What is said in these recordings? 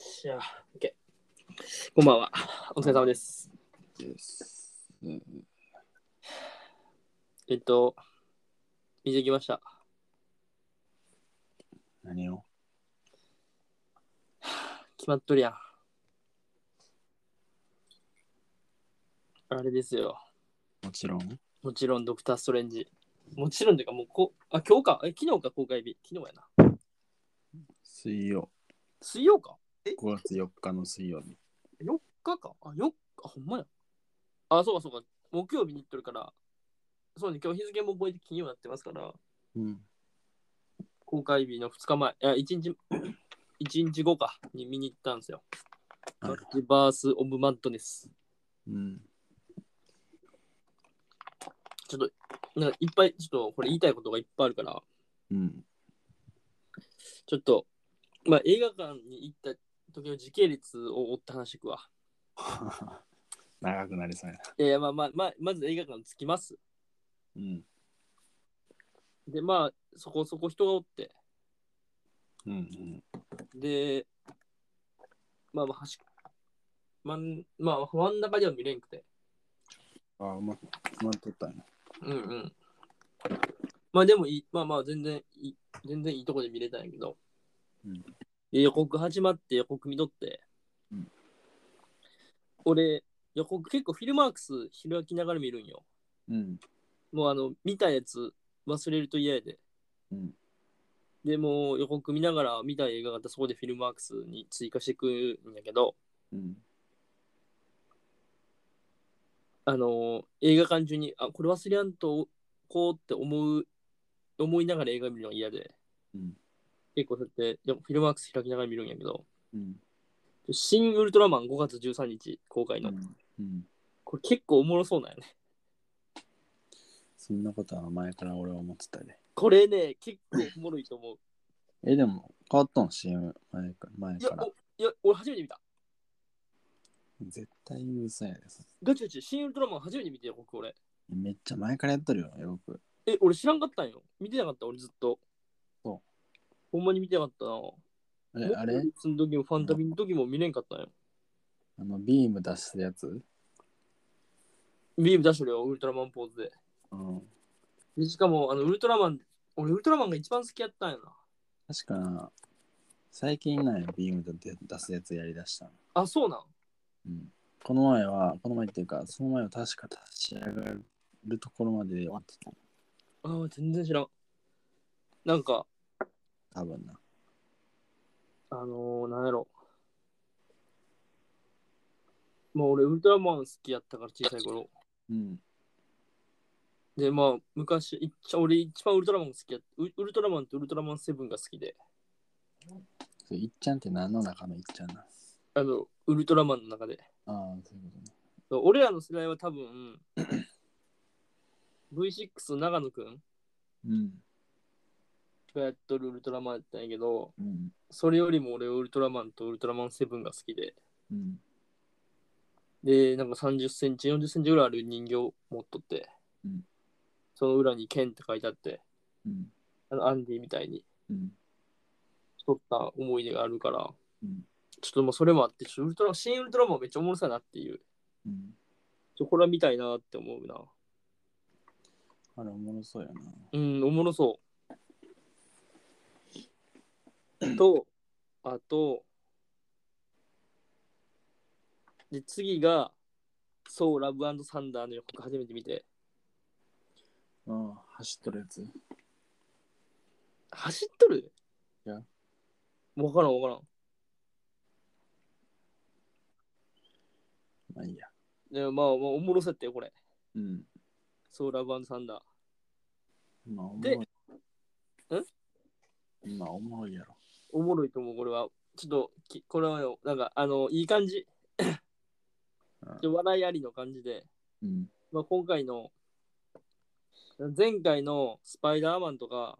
しゃ。OK。こんばんは。お疲れ様です。です。うんえっと、見てきました。何を決まっとるやん。あれですよ。もちろん。もちろん、ドクター・ストレンジ。もちろんというか、もうこ、あ、今日か。え、昨日か、公開日。昨日やな。水曜、水曜か。 5月4日の水曜日。 4日か。あ、4日。あ、ほんまや。あ、そうか、そうか。木曜日に行っとるから。そうね、今日日付も覚えて金曜になってますから。うん。公開日の2日前、いや1日、 一日後かに見に行ったんですよ。マはいルチバース・オブ・マッドネス。うん。ちょっと、なんかいっぱい、ちょっとこれ言いたいことがいっぱいあるから、うん。ちょっと、まあ映画館に行った時の時系列を追って話していくわ。 長くなりそうやな。いやいやまあまあ、まあ、まず映画館に着きます。うん。で、まあ、そこそこ人がおって、うん、うん。で、まあまあ、端真んまあ、真ん中では見れんくて。ああ、ま、決まっとったんやな。うんうん。まあでもいい、まあまあ全然いい、全然いいとこで見れたんやけど、うんで予告始まって予告見とって、うん俺、予告結構フィルマークス開きながら見るんよ。うん。もうあの、見たやつ忘れると嫌やで。うん。でもう予告見ながら見た映画があったらそこでフィルマークスに追加していくんやけど、うん。あのー映画館中に、あ、これ忘れやんとこうって思う、思いながら映画見るのが嫌で、うん結構そうやってよフィルマークス開きながら見るんやけど、うん。新ウルトラマン5月13日公開の、うん。これ結構おもろそうなんやね。そんなことは前から俺は思ってたで。これね、結構おもろいと思う。 え、でも、変わったん ?CM 前か前いやか、ら。おいや俺初めて見た。絶対嘘やで。それガチガチ、新ウルトラマン初めて見てよ、僕俺。めっちゃ前からやっとるよ、よく。え、俺知らんかったんよ。見てなかった、俺ずっと。そほんまに見てなかったな。え、あれその時もファンタビの時も見れんかったんよ。あの、ビーム出したやつビーム出しとるよ、ウルトラマンポーズで。うん。でしかもあのウルトラマン俺ウルトラマンが一番好きやったんやな確かな、最近なんや、ビームで出すやつやりだしたの。あそうなんうん。この前は、この前っていうか、その前は確か立ち上がるところまで終わってた。あー全然知らんなんか多分な。あのー、なんやろもう俺ウルトラマン好きやったから小さい頃うん。でまあ昔いっちゃ俺一番ウルトラマン好きやウウルトラマンとウルトラマンセブンが好きでそれいっちゃんって何の中のいっちゃんな。あのウルトラマンの中でああ、そういうことね。俺らの世代は多分 V6 の長野くんうん。がやっとるウルトラマンやったんやけど、うん。それよりも俺ウルトラマンとウルトラマンセブンが好きで、うん。で、なんか30センチ、40センチぐらいある人形持っとって、うんその裏に剣って書いてあって、うん。あのアンディみたいにうん。取った思い出があるから、うんちょっともうそれもあって、ちょっとウルトラ新ウルトラマンめっちゃおもろそうやなっていう、うん。ちょこれは見たいなって思うな。あれ、おもろそうやな。うん、おもろ そう。と、あと、で、次が、そう、ラブサンダーの予告初めて見て、ああ、走っとるやつ。走っとるいや。わからんわからん。まあいいや。でもまあ、まあ、おもろそうやったよ、これ。うん。そう、ラブサンダー。まあ、おもでろい。まあ、おもろいやろ。おもろいと思う、これは。ちょっと、きこれはよ、なんか、あの、いい感じ。うんちょ笑いありの感じで。うん。まあ、今回の前回のスパイダーマンとか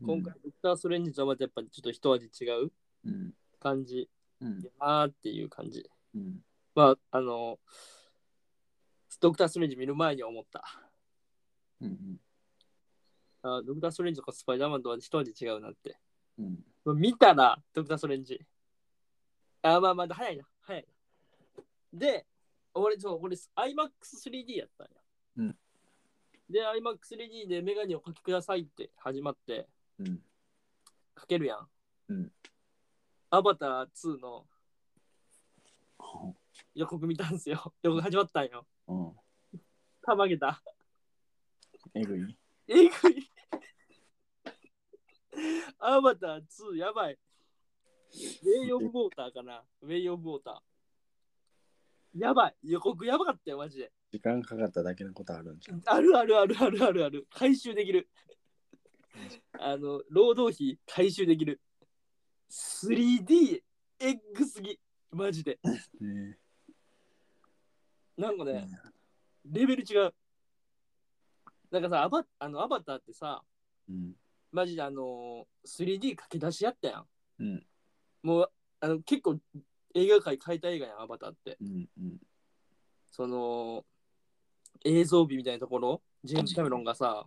今回ドクター・ストレンジとはまたやっぱりちょっと一味違ううん。感じうん。あーっていう感じうん。まああのドクター・ストレンジ見る前には思ったうん。あードクター・ストレンジとかスパイダーマンとは一味違うなって、うん。まあ見たらドクター・ストレンジあ、まあまだ早いな。早いな。で、俺、そう、俺、iMAX3D やったんや。うん。で、iMAX3D でメガネをかけくださいって始まって、うん。かけるやん。うん。アバター2の予告見たんすよ。予告始まったんよ。うん。たまげた。えぐい。えぐい。アバター2、やばい。ウェイオブウォーターかな。ウェイオブウォーター。やばい。予告やばかったよ、マジで。時間かかっただけのことあるんじゃん。あるあるあるあるあるある。回収できる。あの、労働費回収できる。3D、エッグすぎ。マジで。ねなんかえね、レベル違う。なんかさ、アバあのアバターってさ、うん。マジであのー、3D 書き出しやったやん。うん。もう、あの結構映画界変えた映画やん、アバターって。うん。うん。その、映像美みたいなところ、ジェームズ・キャメロンがさ、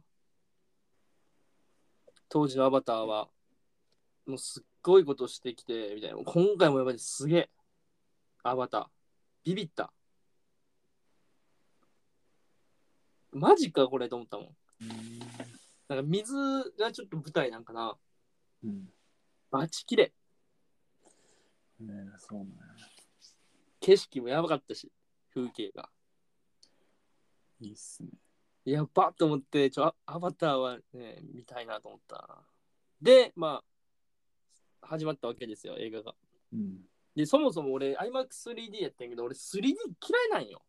当時のアバターは、もうすっごいことしてきて、みたいな。今回もやっぱりすげえ。アバター。ビビった。マジか、これと思ったもん。なんか水がちょっと舞台なんかな。うん。バチ綺麗。ねえ、そうなんや。景色もやばかったし、風景が。いいっすね。いやばっと思って、ちょ、アアバターはね、見たいなと思ったな。で、まあ、始まったわけですよ、映画が。うん。で、そもそも俺、iMAX3D やったんやけど、俺 3D 嫌いなんよ。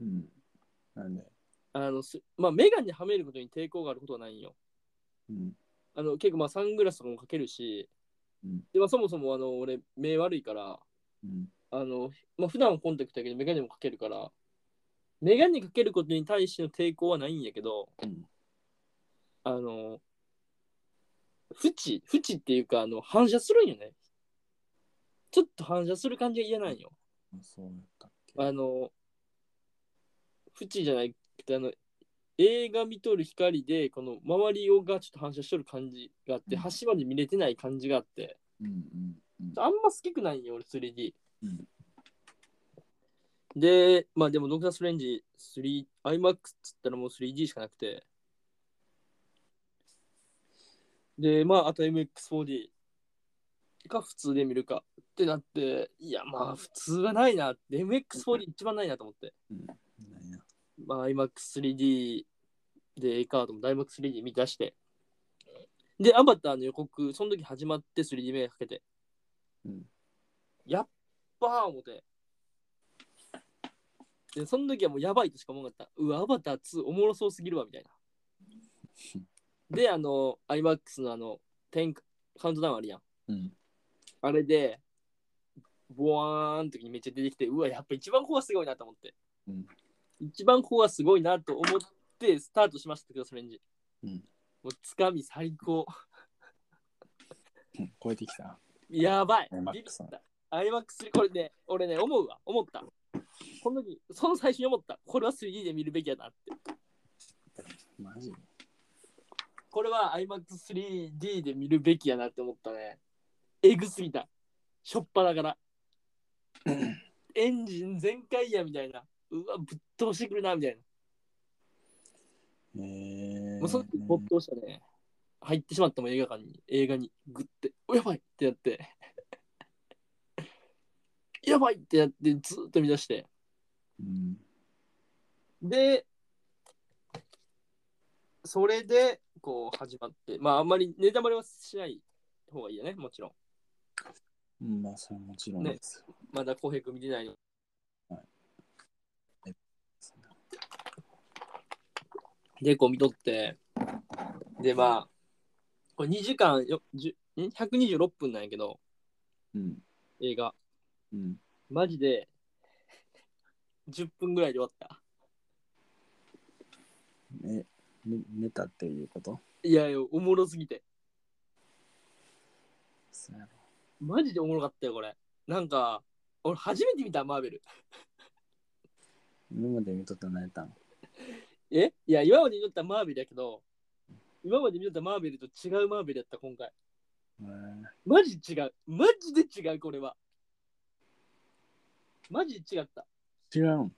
うん。なんで。あの、すまあ、メガネはめることに抵抗があることはないんよ。うん。あの、結構まあ、サングラスとかもかけるし、うんで、まあ、そもそもあの、俺、目悪いから、うん。あの、まあ、普段はコンタクトやけど、メガネもかけるから、メガネかけることに対しての抵抗はないんやけど、うん。あの、縁、縁っていうか、あの、反射するんよね。ちょっと反射する感じが嫌なんよ。あそうやったっけ。あの、縁じゃなくて、あの、映画見とる光で、この周りをがちょっと反射しとる感じがあって、うん端まで見れてない感じがあって、うんうんうん。あんま好きくないんよ、俺 3D。うんで、まあでも、ドクター・ストレンジ、3、IMAX っつったらもう 3D しかなくて。で、まあ、あと MX4D か普通で見るかってなって、いや、まあ、普通はないなって、MX4D 一番ないなと思って。なんやまあ、IMAX3D で、A カードも IMAX3D 見出して。で、アバターの予告、その時始まって 3D 目かけて。うんやっばー思て。で、その時はもうやばいとしか思わなかった。うわ、アバター2おもろそうすぎるわ、みたいな。で、あの、IMAX のあの、10カウントダウンあるやん。うん。あれで、ボワーンの時にめっちゃ出てきて、うわ、やっぱ一番ここはすごいなと思って。うん一番ここはすごいなと思って、スタートしましたけど、それに。うんもうつかみ最高。うん超えてきた。やばい。ビ IMAX ビった。IMAX3、これね、俺ね、思うわ、思った。この時、その最初に思った。これは 3D で見るべきやなって。マジこれは iMac3D で見るべきやなって思ったね。えぐすぎた。しょっぱだから。エンジン全開やみたいな。うわ、ぶっ通してくるなみたいえな。ー。もうその時、没頭したね。入ってしまったもん映画館に、映画に、ぐって、おやばいってやって。 やばいってやって、ずーっと見出して。うん。で、それで、こう、始まって。まあ、あんまりネタバレはしない方がいいよね、もちろん。うんまあ、それはもちろんです。まだ浩平君見てないの。で、こう見とって。で、まあ、これ2時間よじゅん126分なんやけど、うん。映画。うん。マジで、10分ぐらいで終わった。え、ね、寝たっていうこといやいや、おもろすぎて。そうやろ。マジでおもろかったよ、これ。なんか、俺初めて見た、マーベル。今まで見とったら寝たん。えいや、今まで見とったマーベルやけど、今まで見とったマーベルと違うマーベルやった、今回。えーマジ違う。マジで違う、これは。マジ違った。違うん。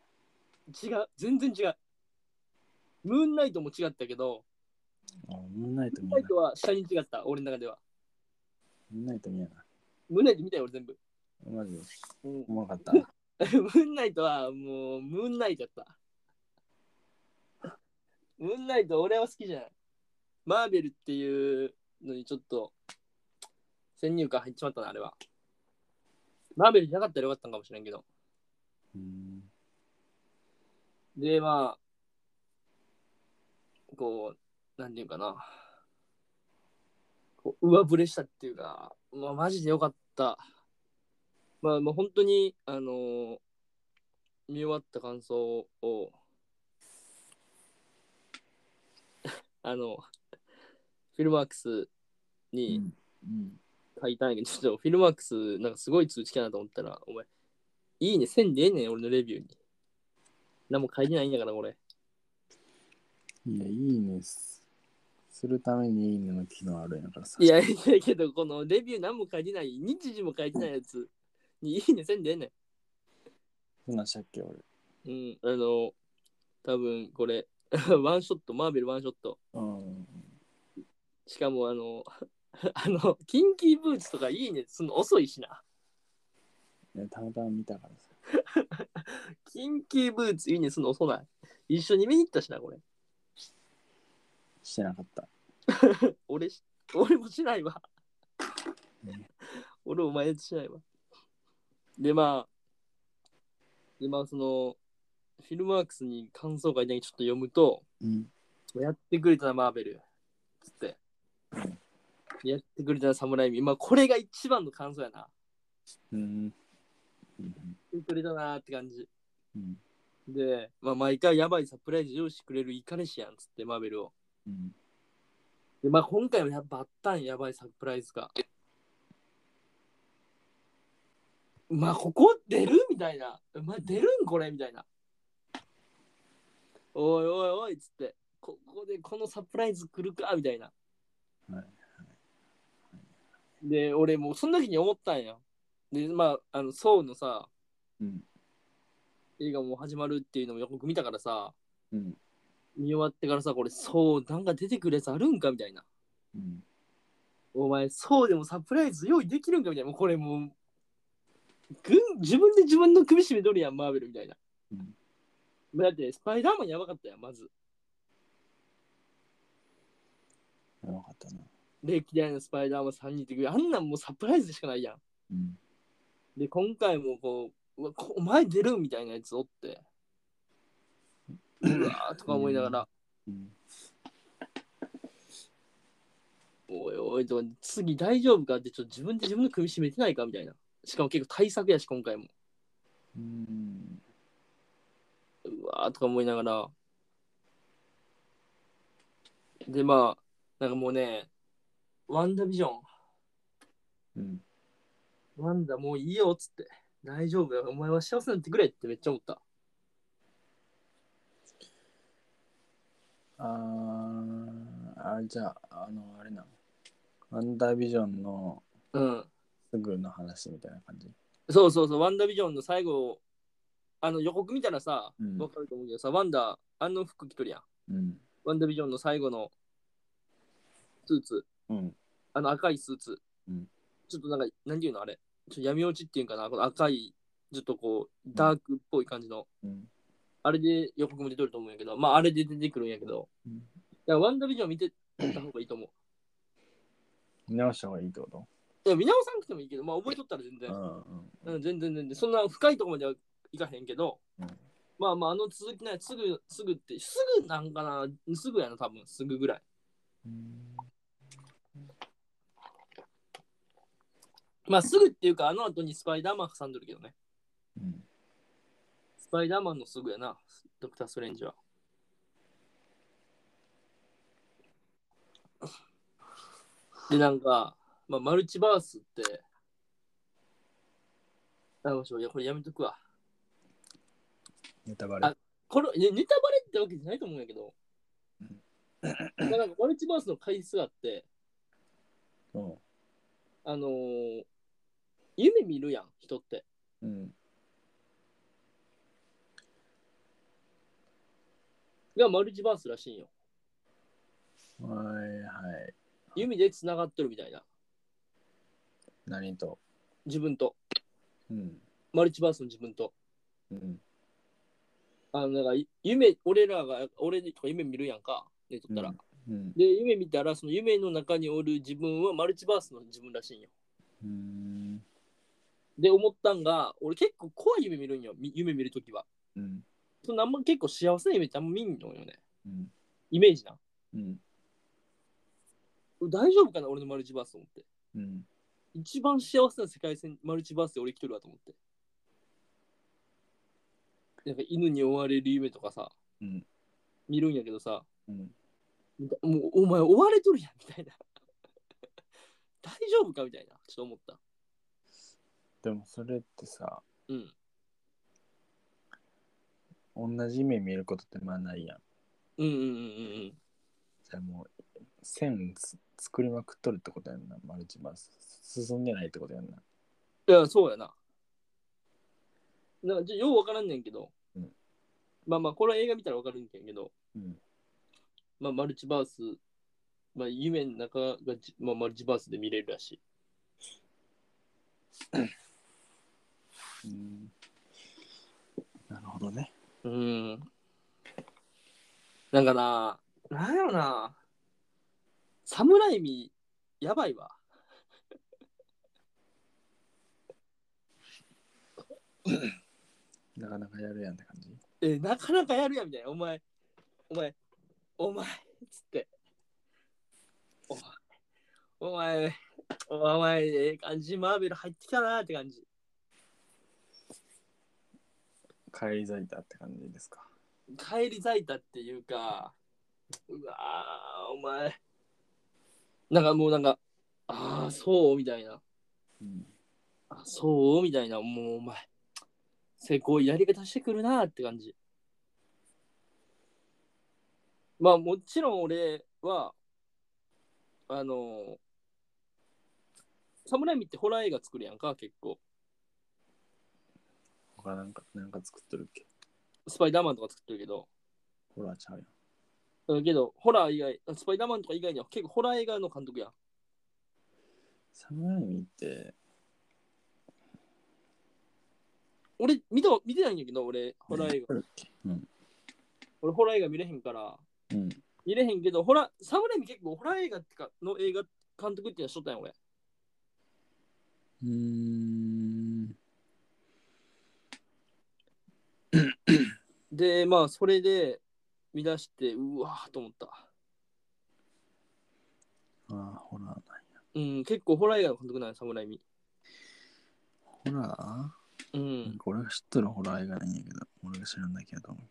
違う。全然違う。ムーンナイトも違ったけど、あ、ムーンナイトムーン見ナえイない。トは下に違った、俺の中では。ムーンナイト見えなムーンナイト見たよ、俺全部。い。マジで、うん おもろかった。ムーンナイトはもう、ムーンナイトだった。ムーンナイト、俺は好きじゃない。マーベルっていうのにちょっと、先入観入っちまったな、あれは。マーベルじゃなかったらよかったんかもしれんけど。うん。で、まあ、こう、なんていうかな。こう上振れしたっていうか、まあ、マジでよかった。まあ、もう本当に、あのー見終わった感想を、 あの、フィルマークスうにん。うん書いたんやけど、ちょっとフィルマークス、なんかすごい通知来たなと思ったら、お前、いいね、せんでええねん、俺のレビューに。何も書いてないんやから、俺。いや、いいねす。するためにいいねの機能あるんやからさ。いや、いやけど、このレビュー何も書いてない、日時も書いてないやつにいいねせんでええねそんなんしたっけ、ん。俺。うん、あの、多分これ、 ワンショット、マーベルワンショット。うん。しかも、あの、 あの、キンキーブーツとかいいねすんの遅いしな。いや、たまたま見たからさ。キンキーブーツいいねすんの遅ない。一緒に見に行ったしな、これ。してなかった。俺し、俺もしないわね。俺お前しないわ。で、まあ、で、まあ、その、フィルマークスに感想会でちょっと読むと、うん。やってくれたな、マーベル。つって。やってくれたな、サムライミ。まあ、これが一番の感想やな。やうん。うん。ってくれたなって感じ。うん。で、まあ、毎回やばいサプライズ用意してくれるイカレシやん、つって、マーベルを。うん。で、まあ、今回もやっぱあったん、やばいサプライズが。まあ、ここ出るみたいな。まあ、出るんこれみたいな。おいおいおい、つって。ここでこのサプライズ来るかみたいな。はいはいで、俺もうその時に思ったんや。で、まあ、あの、ソウのさ、うん。映画も始まるっていうのも予告見たからさ、うん。見終わってからさ、これ、そう、なんか出てくるやつあるんかみたいな。うん。お前、そうでもサプライズ用意できるんかみたいな。もうこれもう、ぐん自分で自分の首絞めとるやん、マーベルみたいな。うんだって、スパイダーマンやばかったやん、まず。やばかったな。歴代のスパイダーマン3人ってくるあんなんもうサプライズでしかないやうん。ん。で、今回もこう、うわこお前出るみたいなやつおって。うわーとか思いながら、うん。おいおいとか、次大丈夫かって、ちょっと自分で自分の首絞めてないかみたいな。しかも結構対策やし、今回も。うん。うわーとか思いながら。で、まあ、なんかもうね、ワンダビジョン、うん。ワンダもういいよっつって、大丈夫よ、お前は幸せになってくれってめっちゃ思った。あーあれじゃあ、あの、あれな。ワンダービジョンのうん。すぐの話みたいな感じ。そうそうそう、ワンダビジョンの最後、あの予告見たらさ、うんわかると思うけどさ、ワンダ、あの服着とるやん。うん。ワンダビジョンの最後のスーツ、うん。あの赤いスーツ。うんちょっとなんか、なんていうのあれ、ちょっと闇落ちっていうんかな、この赤い、ちょっとこう、ダークっぽい感じの。うん。あれで予告も出てると思うんやけど、まああれで出てくるんやけど、うんだからワンダービジョン見てた方がいいと思う。見直した方がいいってこといや見直さなくてもいいけど、まあ覚えとったら全然、ん。うん。うん、全然全然、そんな深いところまではいかへんけど、うんまあまああの続きのやつすぐ、すぐって、すぐなんかな、すぐやな、多分すぐぐらい。うんまあすぐっていうか、あの後にスパイダーマン挟んでるけどね。うん。スパイダーマンのすぐやな、ドクター・ストレンジは。で、なんか、まあ、マルチバースって、あ、もしもいや、これやめとくわ。ネタバレあ。これ、ね、ネタバレってわけじゃないと思うんやけど、まあなんかマルチバースの回数あって、うん。あのー夢見るやん、人って。うん。がマルチバースらしいんよ。はいはい。弓で繋がっとるみたいな。何と。自分と。うん。マルチバースの自分と。うん。あの、なんか、い夢、俺らが、俺とか夢見るやんか。で、とったら。うん。で、夢見たら、その夢の中におる自分はマルチバースの自分らしいんよ。うん。で、思ったんが、俺結構怖い夢見るんよ。み夢見るときは。うん。そんなあんま結構幸せな夢ってあんま見んのよね。うん。イメージな。うん。大丈夫かな俺のマルチバースと思って。うん。一番幸せな世界線、マルチバースで俺生きとるわと思って。なんか犬に追われる夢とかさ、うん見るんやけどさ、うん。もうお前追われとるやんみたいな。 大丈夫かみたいな。ちょっと思った。でもそれってさ、うん。同じ夢見ることってまあないやん。うんうんうんうんじゃあもう、線つ作りまくっとるってことやんな、マルチバース。進んでないってことやんな。うん。いや、そうやな。なんかちょようわからんねんけど、うんまあまあ、これは映画見たらわかるんけんけど、うん。まあ、マルチバース、まあ、夢の中がじ、まあ、マルチバースで見れるらしい。うん、なるほどね。うん。なんかな、なんやろな、サムライミ、やばいわ。なかなかやるやんって感じ。え、なかなかやるやんみたいな、お前、お前、お前、つって。お前、お前、お前、ええ感じ、マーベル入ってきたなって感じ。返り咲いたって感じですか。帰り咲いたっていうか、うわー、お前、なんかもうなんか、ああ、そうみたいな。うん。あそうみたいな、もうお前、成功やり方してくるなって感じ。まあもちろん俺は、あの、サムライミってホラー映画作るやんか、結構。他なんか、なんか作ってるっけスパイダーマンとか作ってるけど、ほら、ちゃうやん。うんけど、ホラー以外、スパイダーマンとか以外には結構ホラー映画の監督やん。サムライミって、俺見た、見てないんやけど、俺、ホラー映画。あるっけうん。俺、ホラー映画見れへんから、うん。見れへんけど、ホラー、サムライミ結構ホラー映画ってかの映画監督っていうのはしとったんやん、俺。うーん。で、まあ、それで見出して、うわーと思った。ああ、ホラーない。うん、結構ホラー映画の監督なんや、侍見。ホラうー、なんん。か俺が知っとるホラー映画なんやけど、俺が知らんだけやと思う。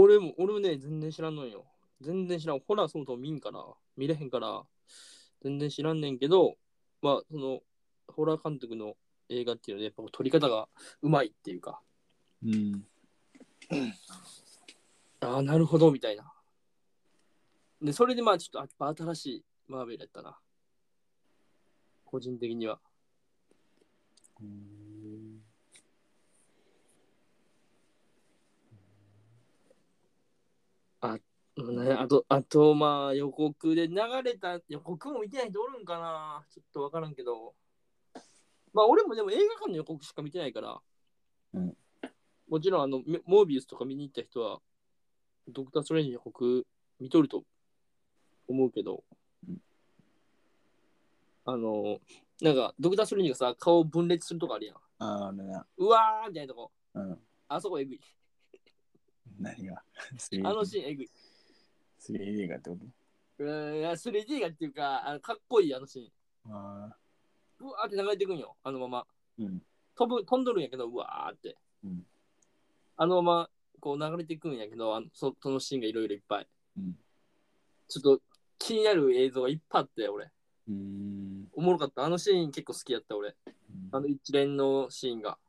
俺も、俺もね、全然知らんのよ。全然知らん。ホラーそもそも見んから、見れへんから、全然知らんねんけど、まあ、その、ホラー監督の映画っていうので、やっぱ撮り方がうまいっていうか、うん。ああ、なるほど、みたいな。で、それでまあ、ちょっと、あやっぱ新しいマーベルやったな。個人的には。ね、あと、あと、まあ、予告で流れた、予告も見てない人おるんかなちょっとわからんけど。まあ、俺もでも映画館の予告しか見てないから、うんもちろん、あの、モモービウスとか見に行った人は、ドクター・ストレンジの予告見とると思うけど、うんあの、なんか、ドクター・ストレンジがさ、顔分裂するとこあるやん。ああ、あれな。うわーみたいなとこ。うん。あそこえぐい。何が あの 3D, シーンえぐい。 3D がってことうーんいや、3D がっていうか、あのかっこいいあのシーン。ああ。うわーって流れていくんよ、あのまま。うん。飛ぶ飛んどるんやけど、うわーって。うんあのままこう流れていくんやけど、あのそそのシーンがいろいろいっぱい。うんちょっと気になる映像がいっぱいあって、俺。うーん。おもろかった。あのシーン結構好きやった、俺。あの一連のシーンが。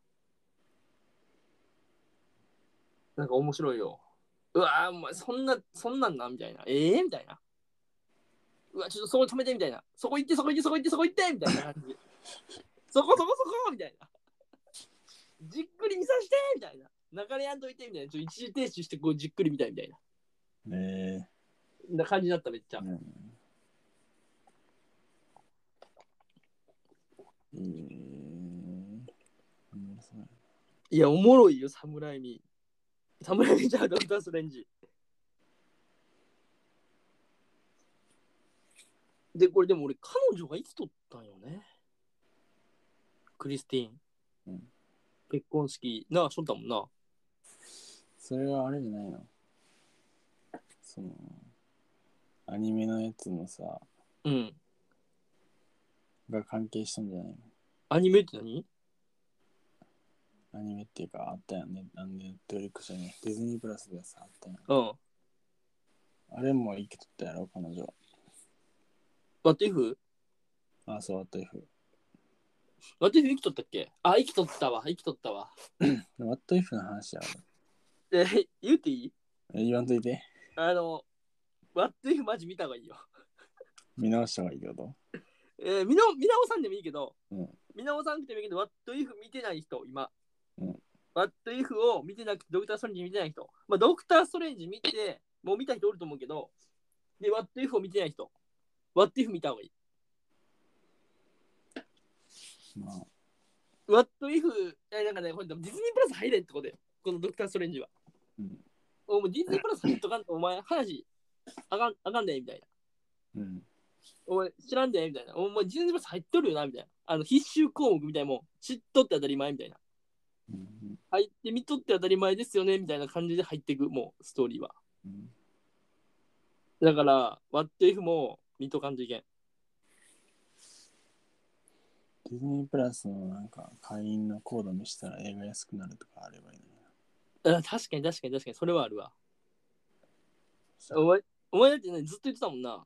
なんか面白いよ。うわー、お前そんな、そんなんなみたいな。ええー、みたいな。うわ、ちょっとそこ止めてみたいな。そこ行って、そこ行って、そこ行って、そこ行ってみたいな感じ。 そこそこそこみたいな。じっくり見させてみたいな。流れやんといてみたいな。ちょっと一時停止してこうじっくり見たいみたいな。えな感じだっためっちゃう。えうんいや、おもろいよ、サムライミ。サムライミじゃあ、ドクターストレンジ。で、これでも俺、彼女がいつ取ったんよね。クリスティーン。うん結婚式、なあ、しょったもんな。それはあれじゃないのそのアニメのやつのさうん。が関係したんじゃないのアニメって何アニメっていうかあったよねなんでネットフリックスじゃねディズニープラスでさあったようん。あれも生きとったやろ彼女ワテフあそうあった F ワテフ生きとったっけあ、生きとったわ、生きとったわ。ワットイフの話やろ。え、言うていいえ言わんといて。あの、ワテフマジ見た方がいいよ。見直した方がいいけど。えー、みな見直さんでもいいけど、うん見直さんくてもいいけど、What if 見てない人、今。うん、 What if を見てなくて、ドクター・ストレンジ見てない人。まあ、ドクター・ストレンジ見て、もう見た人おると思うけど、で、What if を見てない人、What if 見た方がいい。まあ、 What if、えなんかね、これでもディズニープラス入れんってことで、このドクター・ストレンジは。うんおもうディズニープラス入っとかんと、お前、話、あかん、あかんねえみたいな。うん。お前、知らんねえみたいな。お前、ディズニープラス入っとるよな、みたいな。あの、必修項目みたいなもん、知っとって当たり前みたいな。うん。入って見とって当たり前ですよねみたいな感じで入っていくもうストーリーはうん。だから「WhatIf」も見とかんといけんディズニープラスのなんか会員のコードにしたら映画安くなるとかあればいいのにあ確かに確かに確かにそれはあるわさお前お前だって、ね、ずっと言ってたもんな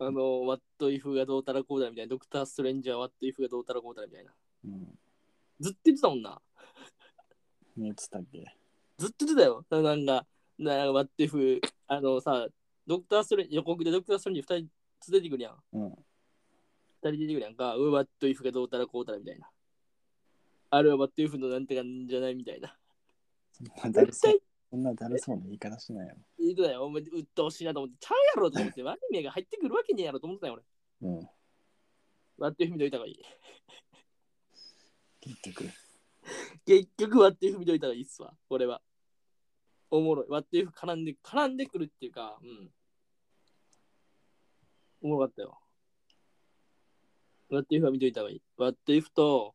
あの「WhatIf」がどうたらこうだみたいな「ドクター・ストレンジャー WhatIf」がどうたらこうだみたいなうん。ずっと言ってたもんな言ってたっけずっと言ってたよななんか「な WhatIf」あのさドクター・ストレンジ予告でドクター・ストレンジ2人出てくるやんうん。二人出てくるやんか、うわ、トイフがどうたらこうたらみたいな。あれはバットイフのなんてかんじゃないみたいな。そんなだる絶 そう対そんなだるそうな言い方しないよ。言うてたよ、お前、うっとうしいなと思って、ちゃうやろと思って、アニメが入ってくるわけねえやろと思ってたよ、俺。うん。バットイフ見といた方がいい。結局。結局、バットイフ見といた方がいいっすわ、これは。おもろい。バットイフ絡んで、絡んでくるっていうか、うん。おもろかったよ。バットイフは見といた方がいい。バットイフと、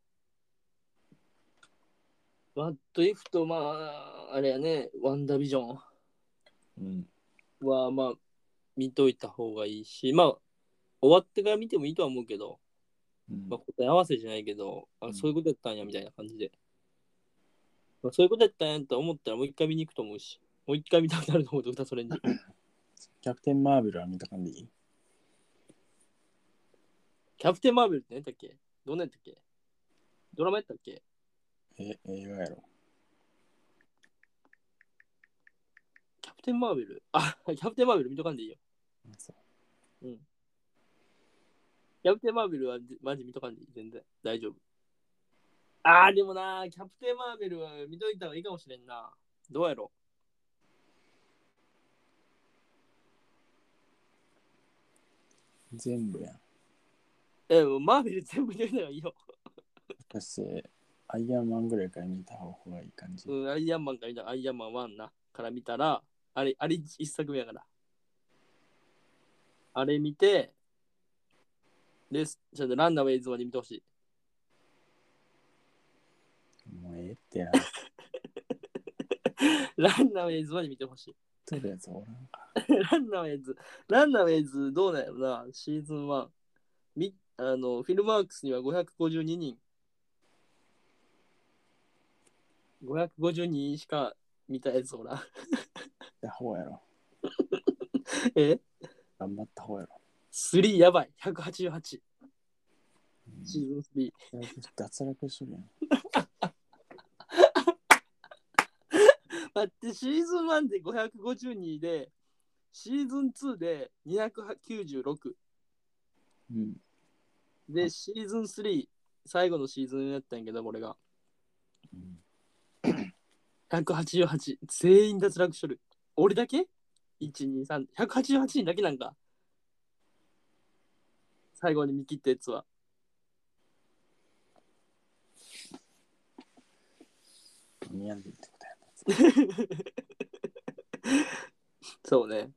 バットイフと、まあ、あれやね、ワンダービジョン。うん。はまあ見といた方がいいしまあ終わってから見てもいいとは思うけど、うんまあ、答え合わせじゃないけどあうんそういうことやったんやみたいな感じで、まあ、そういうことやったんやと思ったらもう一回見に行くと思うしもう一回見たくなると思うと歌それにキャプテン・マーベルは見た感じいいキャプテン・マーベルって何やったっけどんなんやったっけドラマやったっけえ、映画やろ。キャプテン・マーベルあキャプテン・マーベル見とかんでいいよそうキャプテン・マーベルはマジ見とかんでいい全然大丈夫あーでもなキャプテン・マーベルは見といた方がいいかもしれんなどうやろ全部やん。えマーベル全部見といた方がいいよそして、アイアンマンぐらいから見た方がいい感じ。うん、アイアンマンから見たアイアンマン1なから見たら、あれ、あれ一作目やから。あれ見て、で、ちょっとランナーウェイズまで見てほしい。 もうええってやん。ランナーウェイズまで見てほしい。撮るやつおらんか。ランナーウェイズ、ランナーウェイズどうなんやろな、シーズン1。みあのフィルマークスには552人。552人しか見たやつほら。やった方やろ。 え頑張った方やろ。 ?3 やばい。188。シうんーズン3。脱落しとるやん。だってシーズン1で552でシーズン2で296うん。でシーズン3最後のシーズンやったんやけどこれが188全員脱落しとる俺だけ123,188人だけなんか。最後に見切ったやつは。見やんでってことやそうね。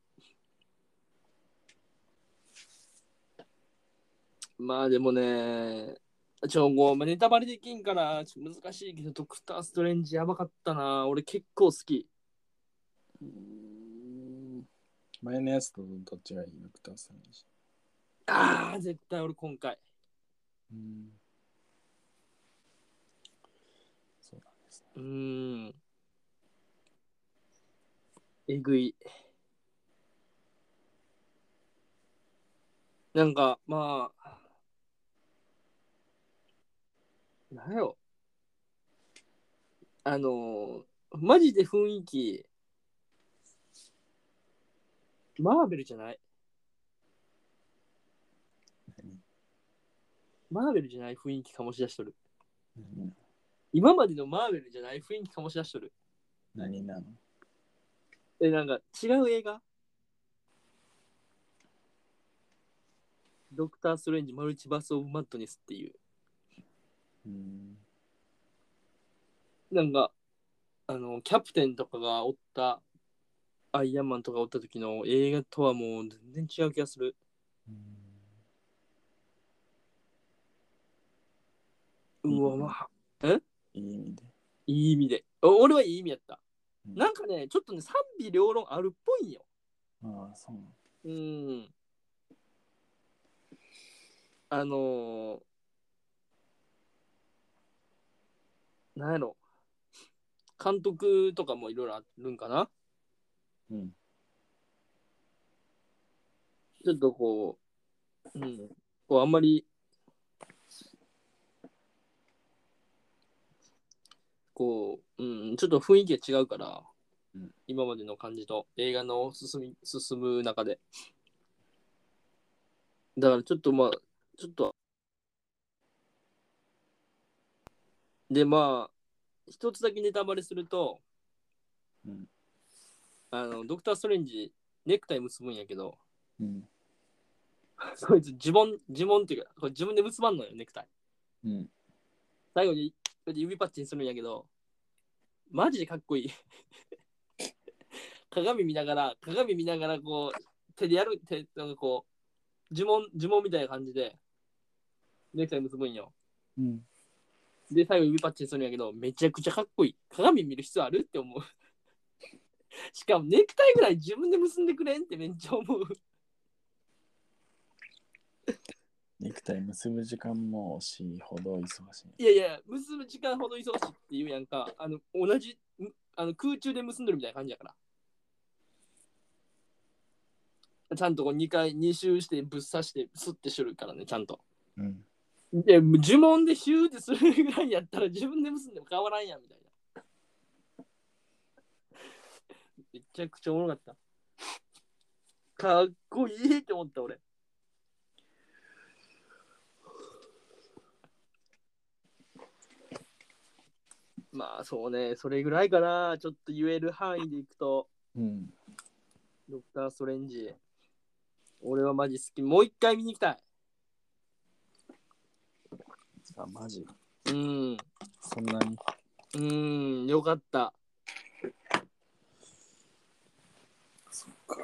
まあでもね、ちょ、もうネタバレできんからちょ難しいけど、ドクター・ストレンジやばかったな。俺結構好き。うーん前のやつとどっちがいいのクターさんにしああ、絶対俺今回。うんそうなんですねうーん。えぐい。なんか、まあ。なんやろ。あのー、マジで雰囲気、マーベルじゃない。何マーベルじゃない雰囲気醸し出しとる。何今までのマーベルじゃない雰囲気醸し出しとる。何なのえ、なんか違う映画ドクター・ストレンジ・マルチバース・オブ・マッドネスっていう。うんなんか、あの、キャプテンとかがおった、アイアンマンとかおった時の映画とはもう全然違う気がする。うんうわ、うんまあ、いい意味でいい意味で。お俺はいい意味やった。うんなんかね、ちょっとね、賛否両論あるっぽいんよ。ああそうなのうん。あのー、なんやろ。監督とかもいろいろあるんかなうんちょっとこう、うん、こうあんまり、こう、うん、ちょっと雰囲気が違うから、うん今までの感じと映画の進み進む中で。だからちょっとまあ、ちょっと、でまあ、一つだけネタバレすると、うんあの、ドクター・ストレンジ、ネクタイ結ぶんやけど、うんこいつ呪文、呪文っていうか、これ自分で結ばんのよ、ネクタイ。うん最後にこうやって指パッチンするんやけど、マジでかっこいい。 鏡見ながら、鏡見ながら、こう、手でやる、手、なんかこう、呪文、呪文みたいな感じで、ネクタイ結ぶんよ。うんで、最後指パッチンするんやけど、めちゃくちゃかっこいい。鏡見る必要あるって思う。 しかも、ネクタイぐらい自分で結んでくれんってめっちゃ思う。ネクタイ結ぶ時間も惜しいほど忙しいいやいや、結ぶ時間ほど忙しいって言うやんか、あの同じむあの空中で結んでるみたいな感じやから。ちゃんとこう2回、2周してぶっ刺して、スッてするからね、ちゃんと。うんで、もう呪文でシューってするぐらいやったら自分で結んでも変わらんやんみたいな。めちゃくちゃおもろかった。かっこいいって思った俺。まあそうね、それぐらいかな。ちょっと言える範囲でいくと、うんドクター・ストレンジ。俺はマジ好き。もう一回見に行きたい。あマジうん。そんなにうーん、よかった。そっか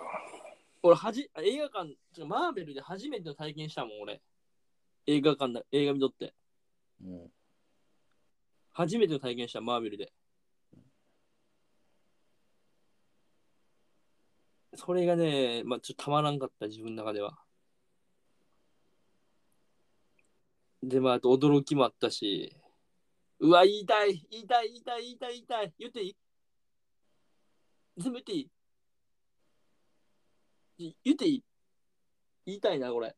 俺はじ、映画館、ちょマーベルで初めての体験したもん、俺。映画館だ、映画見とって。うん初めての体験した、マーベルで。それがね、まあ、ちょっとたまらんかった、自分の中では。で、まあ、あと驚きもあったし。うわ、言いたい、言いたい、言いたい、言いたい、言いたい。言っていい全部言っていいい言っていい言いたいな、これ。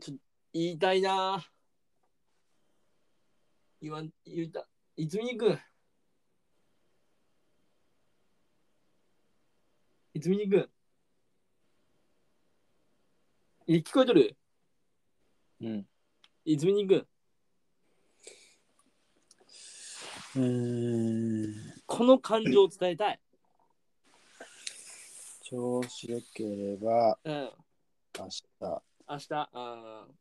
ちょ言いたいな。言わん、言いた。泉くん。泉くん。え、聞こえとるうん泉くん。うーんこの感情を伝えたい。調子良ければうん。明日。明日。あー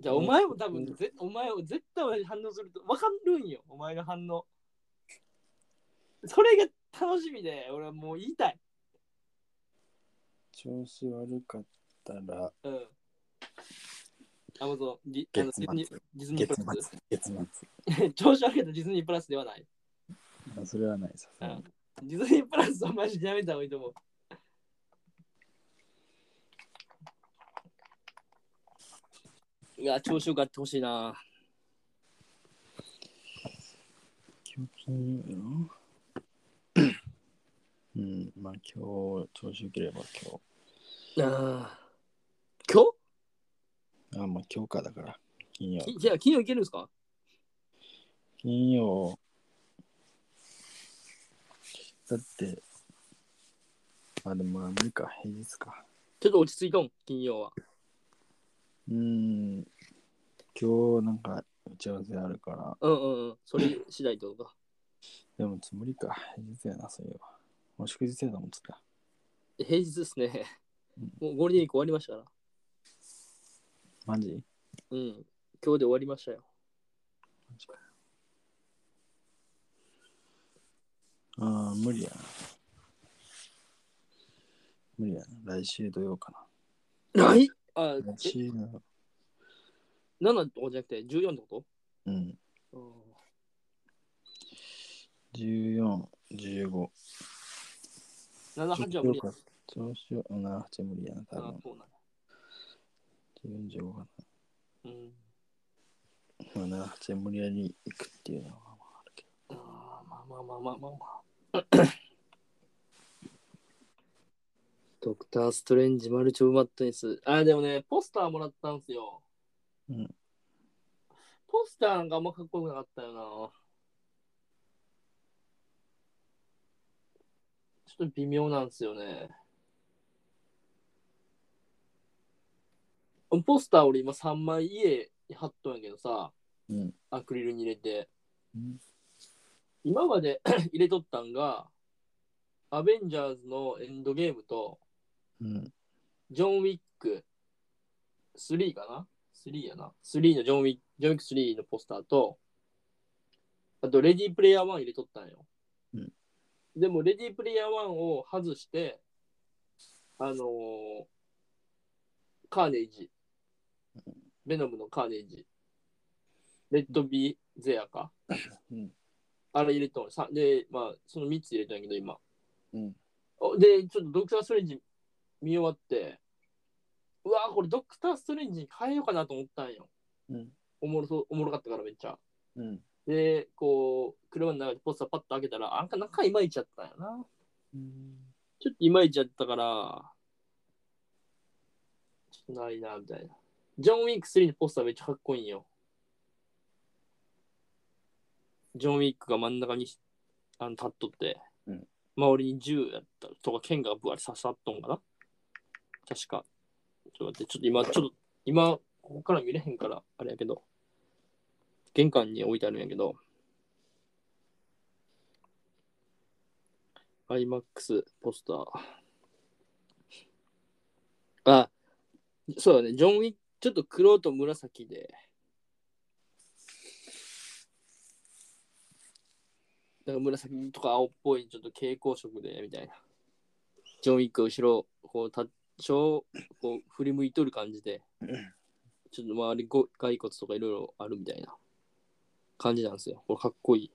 じゃあ、お前も多分ぜ、お前を絶対俺反応すると、わかるんよ、お前の反応。それが楽しみで、俺はもう言いたい。調子悪かったらうん。アマゾン、ディあの月ディ末ズ。ニーディズニー月プラ末。月ス。 調子上げたディズニープラスではない。末。あそれはないさすがに。ディズニープラスはマジでやめた方がいいと思う。いや、調子よくやってほしいな。今日金曜やろ うん、まあ今日、調子良ければ今あー今日。あ、まあ今日かだから。金曜。日きじゃあ、金曜いけるんですか金曜。だって、あ、でもまあ無理か、平日か。ちょっと落ち着いとん、金曜は。うーん。今日なんか打ち合わせあるから、うんうんうん。それ次第ってことか。でもつもりか、平日やな、そういえば。もう祝日やと思ってた。平日ですね。もうゴールデンウィーク終わりましたから。マジうん。今日で終わりましたよ。マジかよ。ああ、無理やな。無理やな。来週土曜かないあな。、来え週の、 7とかじゃなくて14ってこうん。とうん14、15。 ?7、8は無理や。調子よ、うんな、8無理やな、多あ分。そうなんだ14、15かうん。な。まあな、8無理やり行くっていうのは、まあ、あるけど。あーまあまあまあまあまあまあ。ドクター・ストレンジ、マルチ・オブ・マットネス。あー、でもね、ポスターもらったんすよ。うんポスターなんかあんまかっこよくなかったよな。ちょっと微妙なんですよね。ポスター俺今3枚家に貼っとんやけどさ、うんアクリルに入れて。うん今まで 入れとったんが、アベンジャーズのエンドゲームと、うん。ジョン・ウィック3かな ?3 やな。3のジョン・ウィック、ジョン・ウィック3のポスターと、あと、レディープレイヤー1入れとったんよ。うんでも、レディープレイヤー1を外して、あのーカーネイジ、ベノムのカーネイジ、レッド・ビー・ゼアか。うんあれ入れとん。さで、まあ、その3つ入れたんやけど、今。うん。おで、ちょっとドクター・ストレンジ見終わって、うわーこれドクター・ストレンジに変えようかなと思ったんよ。うん。おもろそう、おもろかったからめっちゃ。うん。で、こう、車の中でポスターパッと開けたら、あんか、なんかいまいちやったんやな。うん。ちょっといまいちやったから、ちょっとないな、みたいな。ジョン・ウィック3のポスターめっちゃかっこいいんよ。ジョン・ウィックが真ん中にあの立っとって、うん周りに銃やったとか剣がぶわり刺さっとんかな確か。ちょっと待って、ちょっと今、ちょっと今、ここから見れへんから、あれやけど、玄関に置いてあるんやけど、IMAX ポスター。あ、そうだね、ジョン・ウィック、ちょっと黒と紫で。なんか紫とか青っぽいちょっと蛍光色でみたいな。ジョン・ウィックが後ろ、こう、た小こう振り向いとる感じで、ちょっと周りご骸骨とかいろいろあるみたいな感じなんですよ。これかっこいい。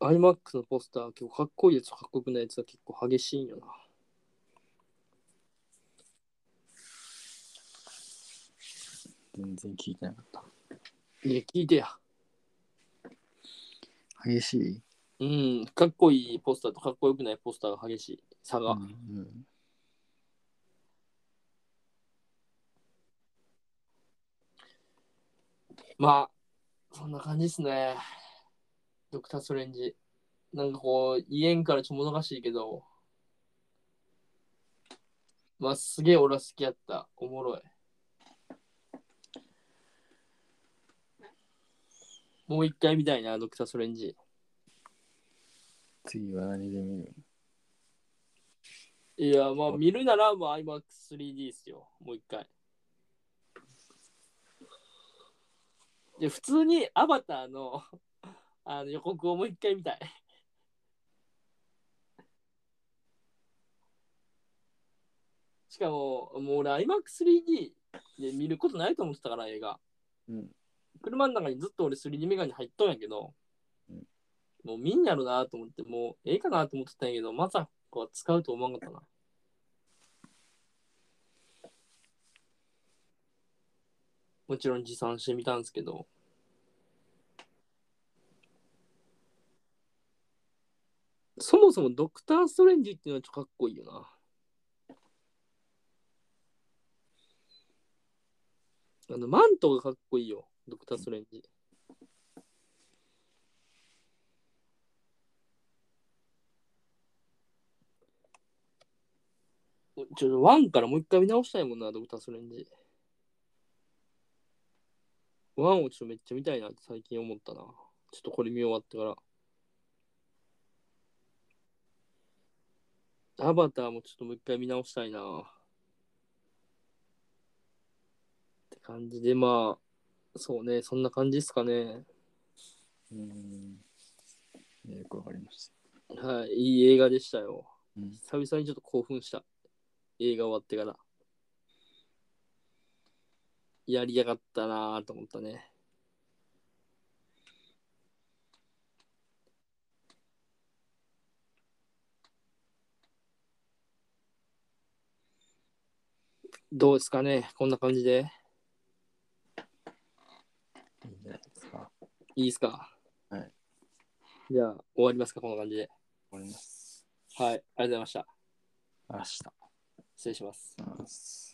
iMAX のポスター、結構かっこいいやつとかっこよくないやつが結構激しいんよな。全然聞いてなかった。いや、聞いてや。激しいうん、かっこいいポスターとかっこよくないポスターが激しい差が。うん。まあ、そんな感じですね。ドクター・ストレンジ。なんかこう、言えんからちょっともどかしいけど、まあ、すげえ俺は好きやった。おもろい。もう一回見たいな、ドクター・ストレンジ。次は何で見るいや、まあ見るなら、まあ iMac3D ですよ。もう一回。で、普通にアバターの あの予告をもう一回見たい。しかも、もう俺 iMac3D で見ることないと思ってたから、映画。うん。車の中にずっと俺 3D メガネ入っとんやけど、うんもう見んやろなと思って、もうええかなと思ってたんやけど、まさか使うと思わんかったな。もちろん持参してみたんですけど。そもそもドクター・ストレンジっていうのはちょっとかっこいいよな。あの、マントがかっこいいよ、ドクター・ストレンジ。ちょっとワンからもう一回見直したいもんな、ドクター・ストレンジ。ワンをちょっとめっちゃ見たいなって最近思ったな。ちょっとこれ見終わってから。アバターもちょっともう一回見直したいな。って感じで、まあ、そうね、そんな感じですかね。うん。よくわかりましはい、いい映画でしたよ。た。うん。久々にちょっと興奮した。映画終わってから。やりやがったなぁと思ったね。どうですかねこんな感じで。いいんじゃないですか。いいですかはい。じゃあ、終わりますかこんな感じで。終わります。はい。ありがとうございました。明日。失礼します。ます